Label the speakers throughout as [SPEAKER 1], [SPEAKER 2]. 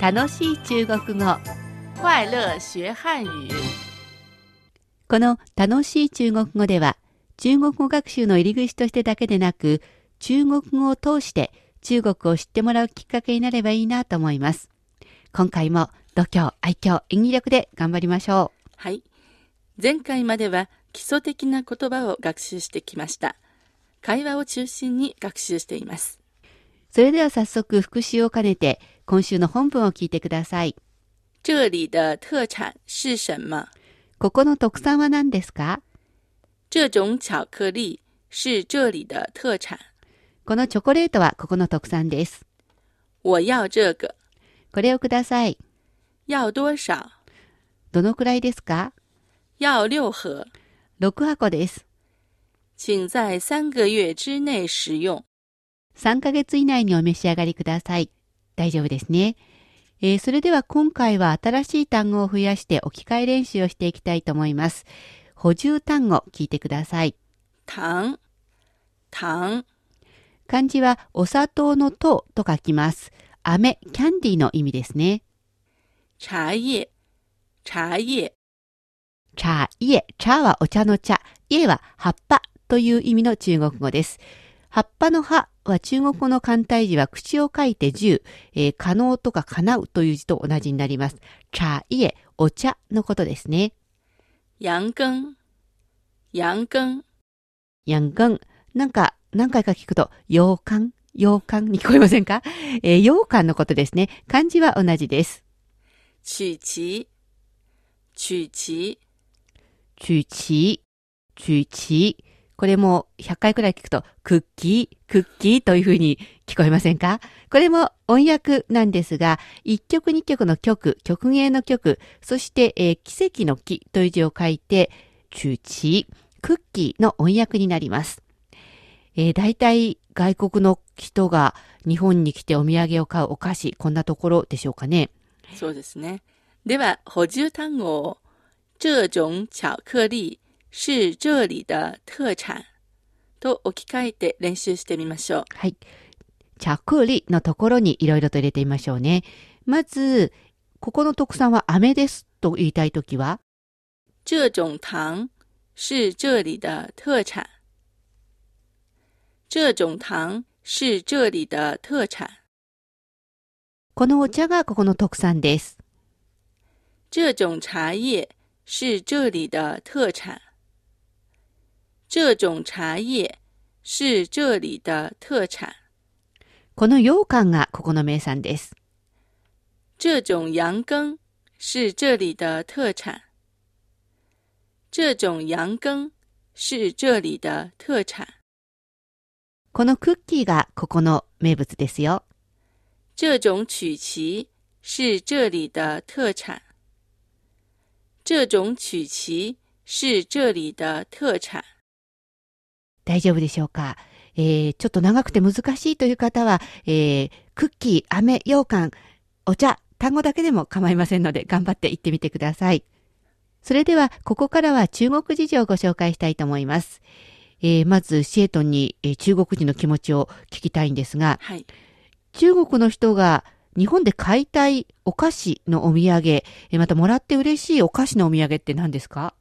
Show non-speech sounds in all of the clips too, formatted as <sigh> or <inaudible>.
[SPEAKER 1] 楽しい中国語
[SPEAKER 2] 快乐学汉语。
[SPEAKER 1] この楽しい中国語では中国語学習の入り口としてだけでなく中国語を通して中国を知ってもらうきっかけになればいいなと思います今回も度胸愛嬌演技力で頑張りましょう
[SPEAKER 2] はい。前回までは基礎的な言葉を学習してきました。会話を中心に学習しています。
[SPEAKER 1] それでは早速復習を兼ねて今週の本文を聞いてください
[SPEAKER 2] 这里的特产是什么？
[SPEAKER 1] ここの特産は何ですか
[SPEAKER 2] 这种巧克力是这里的特产。
[SPEAKER 1] このチョコレートはここの特産です
[SPEAKER 2] 我要这个，
[SPEAKER 1] これをください
[SPEAKER 2] 要多少？
[SPEAKER 1] どのくらいですか
[SPEAKER 2] 要六盒，
[SPEAKER 1] 6箱です
[SPEAKER 2] 请在三个月之内食用。
[SPEAKER 1] 3ヶ月以内にお召し上がりください。大丈夫ですね。えーそれでは今回は新しい単語を増やして置き換え練習をしていきたいと思います。補充単語聞いてください。
[SPEAKER 2] 糖，糖，
[SPEAKER 1] 漢字はお砂糖の糖と書きます。飴、キャンディーの意味ですね。
[SPEAKER 2] 茶叶，茶叶，
[SPEAKER 1] 茶、家、茶はお茶の茶、家は葉っぱという意味の中国語です。葉っぱの葉は中国語の簡体字は口を書いて十、えー可能とか叶うという字と同じになります。茶、家、お茶のことですね。
[SPEAKER 2] 羊羹，羊羹，
[SPEAKER 1] ヤンガン。なんか、何回か聞くと、洋館、洋館に聞こえませんかえー、洋館のことですね。漢字は同じです。
[SPEAKER 2] 曲奇，曲奇，
[SPEAKER 1] チュチー、チュチー。これも100回くらい聞くと、クッキー、クッキーというふうに聞こえませんかこれも音訳なんですが、1曲2曲の曲、曲芸の曲、そして、えー奇跡の木という字を書いて、チュチー、クッキーの音訳になります。えー、大体外国の人が日本に来てお土産を買うお菓子、こんなところでしょうかね。
[SPEAKER 2] そうですね。では、補充単語を。这种巧克力是这里的特产。と置き換えて練習してみましょう。
[SPEAKER 1] はい。チャクリのところにいろいろと入れてみましょうね。まず、ここの特産は飴ですと言いたいときは、
[SPEAKER 2] 这种糖是这里的特产。这种糖是这里的特产。
[SPEAKER 1] このお茶がここの特産です。
[SPEAKER 2] 这种茶叶是这里的特产。这种茶叶是这里的特产。
[SPEAKER 1] この羊羹がここの名産です。
[SPEAKER 2] 这种羊羹是这里的特产。这种羊羹是这里的特产。
[SPEAKER 1] このクッキーがここの名物ですよ。
[SPEAKER 2] 这种曲奇是这里的特产。这种曲奇是这里的特产。
[SPEAKER 1] 大丈夫でしょうか、えー、ちょっと長くて難しいという方は、えー、クッキー、飴、羊羹、お茶、単語だけでも構いませんので頑張って行ってみてください。それでは、ここからは中国事情をご紹介したいと思います。えー、まず、シエトンに、えー中国人の気持ちを聞きたいんですが、
[SPEAKER 2] はい。
[SPEAKER 1] 中国の人が日本で買いたいお菓子のお土産、えーまたもらって嬉しいお菓子のお土産って何ですか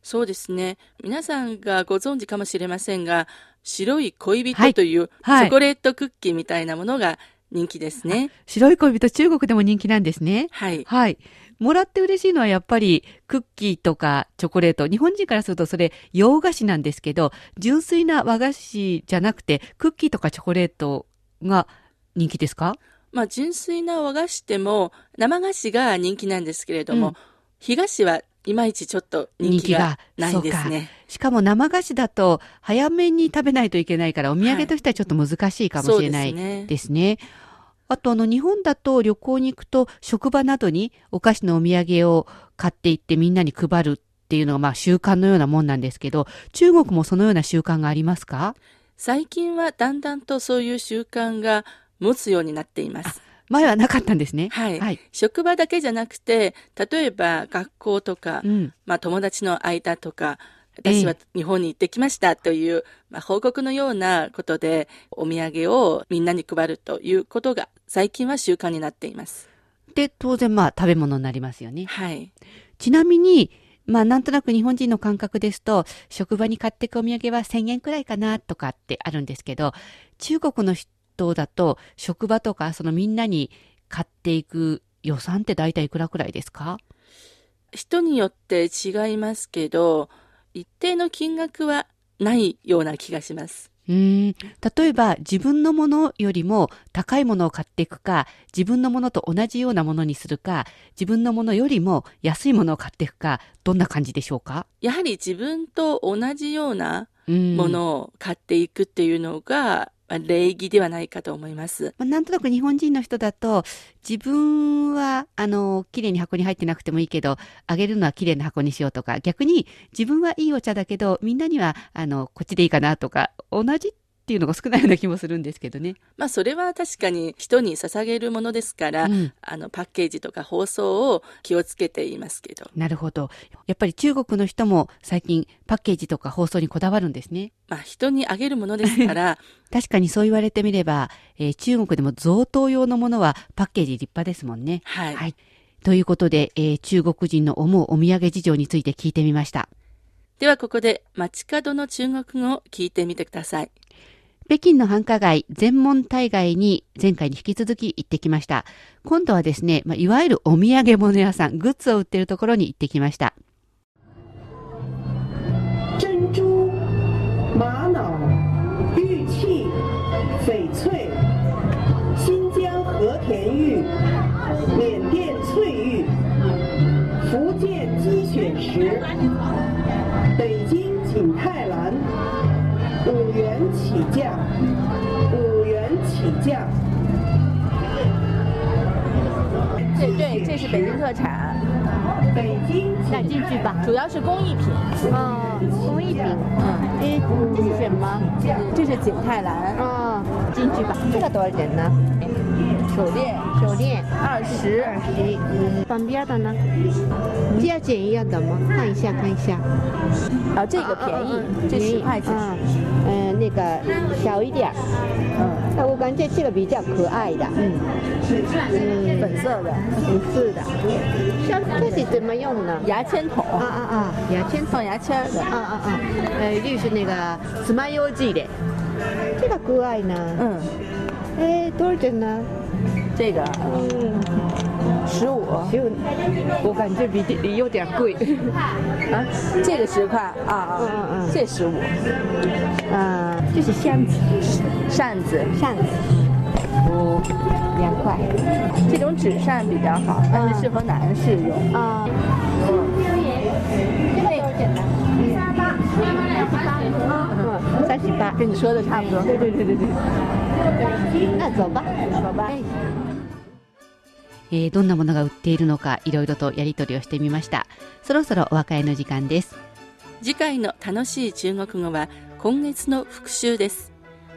[SPEAKER 2] そうですね。皆さんがご存知かもしれませんが、白い恋
[SPEAKER 1] はい
[SPEAKER 2] 人というチ
[SPEAKER 1] はい
[SPEAKER 2] ョコレートクッキーみたいなものが人気ですね。
[SPEAKER 1] 白い恋人、中国でも人気なんですね。
[SPEAKER 2] はい。
[SPEAKER 1] はい。もらって嬉しいのはやっぱりクッキーとかチョコレート。日本人からするとそれ洋菓子なんですけど、純粋な和菓子じゃなくてクッキーとかチョコレートが人気ですか
[SPEAKER 2] まあ、純粋な和菓子でも生菓子が人気なんですけれども、
[SPEAKER 1] うん
[SPEAKER 2] 干菓子はいまいちちょっと人気がないですね。
[SPEAKER 1] しかも生菓子だと早めに食べないといけないからお土産としてはちょっと難しいかもしれない
[SPEAKER 2] そうですね。
[SPEAKER 1] ですね。あとあの日本だと旅行に行くと職場などにお菓子のお土産を買って行ってみんなに配るっていうのがまあ習慣のようなもんなんですけど、中国もそのような習慣がありますか
[SPEAKER 2] 最近はだんだんとそういう習慣が持つようになっています。
[SPEAKER 1] 前はなかったんですね。
[SPEAKER 2] はい。
[SPEAKER 1] はい。
[SPEAKER 2] 職場だけじゃなくて、例えば学校とか、
[SPEAKER 1] うん。
[SPEAKER 2] まあ、友達の間とか、
[SPEAKER 1] ええ
[SPEAKER 2] 私は日本に行ってきましたという、まあ、報告のようなことでお土産をみんなに配るということが最近は習慣になっています。
[SPEAKER 1] で、当然まあ食べ物になりますよね。
[SPEAKER 2] はい。
[SPEAKER 1] ちなみに、まあなんとなく日本人の感覚ですと、職場に買ってくお土産は1000円くらいかなとかってあるんですけど、中国の人だと職場とかそのみんなに買っていく予算って大体いくらくらいですか
[SPEAKER 2] 人によって違いますけど、一定の金額はないような気がします。
[SPEAKER 1] うーん例えば自分のものよりも高いものを買っていくか自分のものと同じようなものにするか自分のものよりも安いものを買っていくかどんな感じでしょうか
[SPEAKER 2] やはり自分と同じようなも
[SPEAKER 1] も、
[SPEAKER 2] のを買っていくっていうのが、まあ礼儀ではないかと思います。
[SPEAKER 1] まあ、なんとなく日本人の人だと自分はあの綺麗に箱に入ってなくてもいいけどあげるのは綺麗な箱にしようとか逆に自分はいいお茶だけどみんなにはあのこっちでいいかなとか同じっていうのが少ないような気もするんですけどね。
[SPEAKER 2] まあそれは確かに人に捧げるものですから、
[SPEAKER 1] うん
[SPEAKER 2] あのパッケージとか包装を気をつけていますけど、
[SPEAKER 1] なるほど。やっぱり中国の人も最近パッケージとか包装にこだわるんですね。
[SPEAKER 2] まあ人にあげるもので
[SPEAKER 1] <laughs>
[SPEAKER 2] すから、
[SPEAKER 1] 確かにそう言われてみれば、えー中国でも贈答用のものはパッケージ立派ですもんね。
[SPEAKER 2] はい。
[SPEAKER 1] はいということで、えー中国人の思うお土産事情について聞いてみました。
[SPEAKER 2] ではここで街角の中国語を聞いてみてください。
[SPEAKER 1] 北京の繁華街、全門大街に前回に引き続き行ってきました。今度はですね、まあ、いわゆるお土産物屋さん、グッズを売ってるところに行ってきました。
[SPEAKER 3] 珍珠、玛瑙、玉器、翡翠、新疆和田玉、缅甸翠玉、福建鸡血石、北京景泰蓝，五元起价，五元起价。
[SPEAKER 4] 这对，这是北京特产，
[SPEAKER 3] 北京
[SPEAKER 5] 带进去吧
[SPEAKER 4] 主要是工艺品。
[SPEAKER 5] 哦，工艺品，
[SPEAKER 4] 嗯，
[SPEAKER 5] 哎，这是什么？
[SPEAKER 4] 这是景泰蓝
[SPEAKER 5] 哦，进去吧。这个多少钱呢？
[SPEAKER 4] 手链，
[SPEAKER 5] 手链
[SPEAKER 4] 二十。
[SPEAKER 5] 二十，嗯，旁边的呢？价钱一样的吗？看一下，看一下。
[SPEAKER 4] 然后这个便
[SPEAKER 5] 嗯
[SPEAKER 4] 宜，这十块钱。
[SPEAKER 5] 嗯，嗯嗯那个小一点儿。嗯，那我感觉这个比较可爱的。嗯，嗯，
[SPEAKER 4] 粉色的
[SPEAKER 5] 是的。像这是怎么用呢？
[SPEAKER 4] 牙签筒，
[SPEAKER 5] 啊啊啊，牙签
[SPEAKER 4] 放牙签儿的。
[SPEAKER 5] 啊啊啊！呃，就是那个つまようじ入れ。这个可爱呢。
[SPEAKER 4] 嗯，
[SPEAKER 5] 哎，多少钱呢？
[SPEAKER 4] 这个
[SPEAKER 5] 嗯，
[SPEAKER 4] 十五啊，
[SPEAKER 5] 只有我感觉比这有点
[SPEAKER 4] <laughs>
[SPEAKER 5] 贵。
[SPEAKER 4] 这个十块啊
[SPEAKER 5] 嗯嗯
[SPEAKER 4] 啊
[SPEAKER 5] 嗯，
[SPEAKER 4] 这十五。
[SPEAKER 5] 啊，这是箱子，
[SPEAKER 4] 扇子，
[SPEAKER 5] 扇子，哦，两块。
[SPEAKER 4] 这种纸扇比较好，但是适合男士用。
[SPEAKER 5] 嗯啊，嗯，三十八。
[SPEAKER 4] 跟你说的差不多。
[SPEAKER 5] 对对对对对。那走吧，走吧。哎。
[SPEAKER 1] えーどんなものが売っているのかいろいろとやり取りをしてみましたそろそろお別れの時間です
[SPEAKER 2] 次回の楽しい中国語は今月の復習です。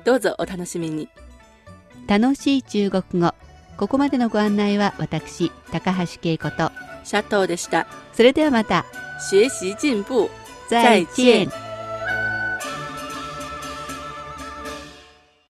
[SPEAKER 2] どうぞお楽しみに。
[SPEAKER 1] 楽しい中国語ここまでのご案内は私高橋恵子と
[SPEAKER 2] シャトーでした。
[SPEAKER 1] それではまた
[SPEAKER 2] 学習進步。
[SPEAKER 1] 再见